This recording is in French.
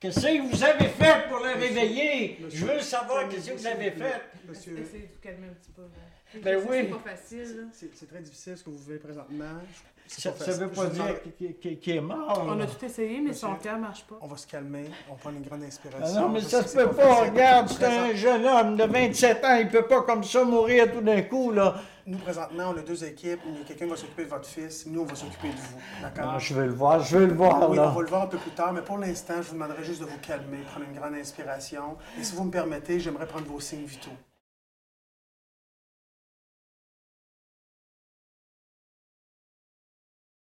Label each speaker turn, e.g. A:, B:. A: Qu'est-ce que vous avez fait pour le réveiller? Je veux savoir qu'est-ce que vous avez fait.
B: Monsieur-
C: Essayez de vous calmer un petit peu. là.
A: Ben
C: Je sais que
A: oui.
C: C'est pas facile. là.
B: C'est c'est très difficile ce que vous vivez présentement. C'est
A: Ça
B: pas
A: ne
B: facile.
A: veut pas
B: Je
A: dire
B: demande- Ah,
A: qu'il- qu'il qu'il est mort. Ah,
C: On
A: là.
C: a tout essayé, mais son
B: Monsieur.
C: cœur marche pas.
B: On va se calmer, on prend une grande
A: Ah
B: inspiration.
A: non, mais
B: Je
A: ça
B: sais
A: se
B: que
A: peut
B: c'est
A: pas.
B: facile.
A: Regarde,
B: Nous,
A: c'est un
B: présent-
A: jeune homme de 27 ans. Il peut pas comme ça mourir tout d'un coup, là.
B: Nous, présentement, on a deux équipes. Il y a Quelqu'un qui va s'occuper de votre fils, nous, on va s'occuper de vous. D'accord? Ah
A: Ah, je vais le voir, je vais le voir,
B: Oui, on
A: là.
B: va le voir un peu plus tard, mais pour l'instant, je vous demanderai juste de vous calmer, prendre une grande inspiration. Et si vous me permettez, j'aimerais prendre vos signes vitaux.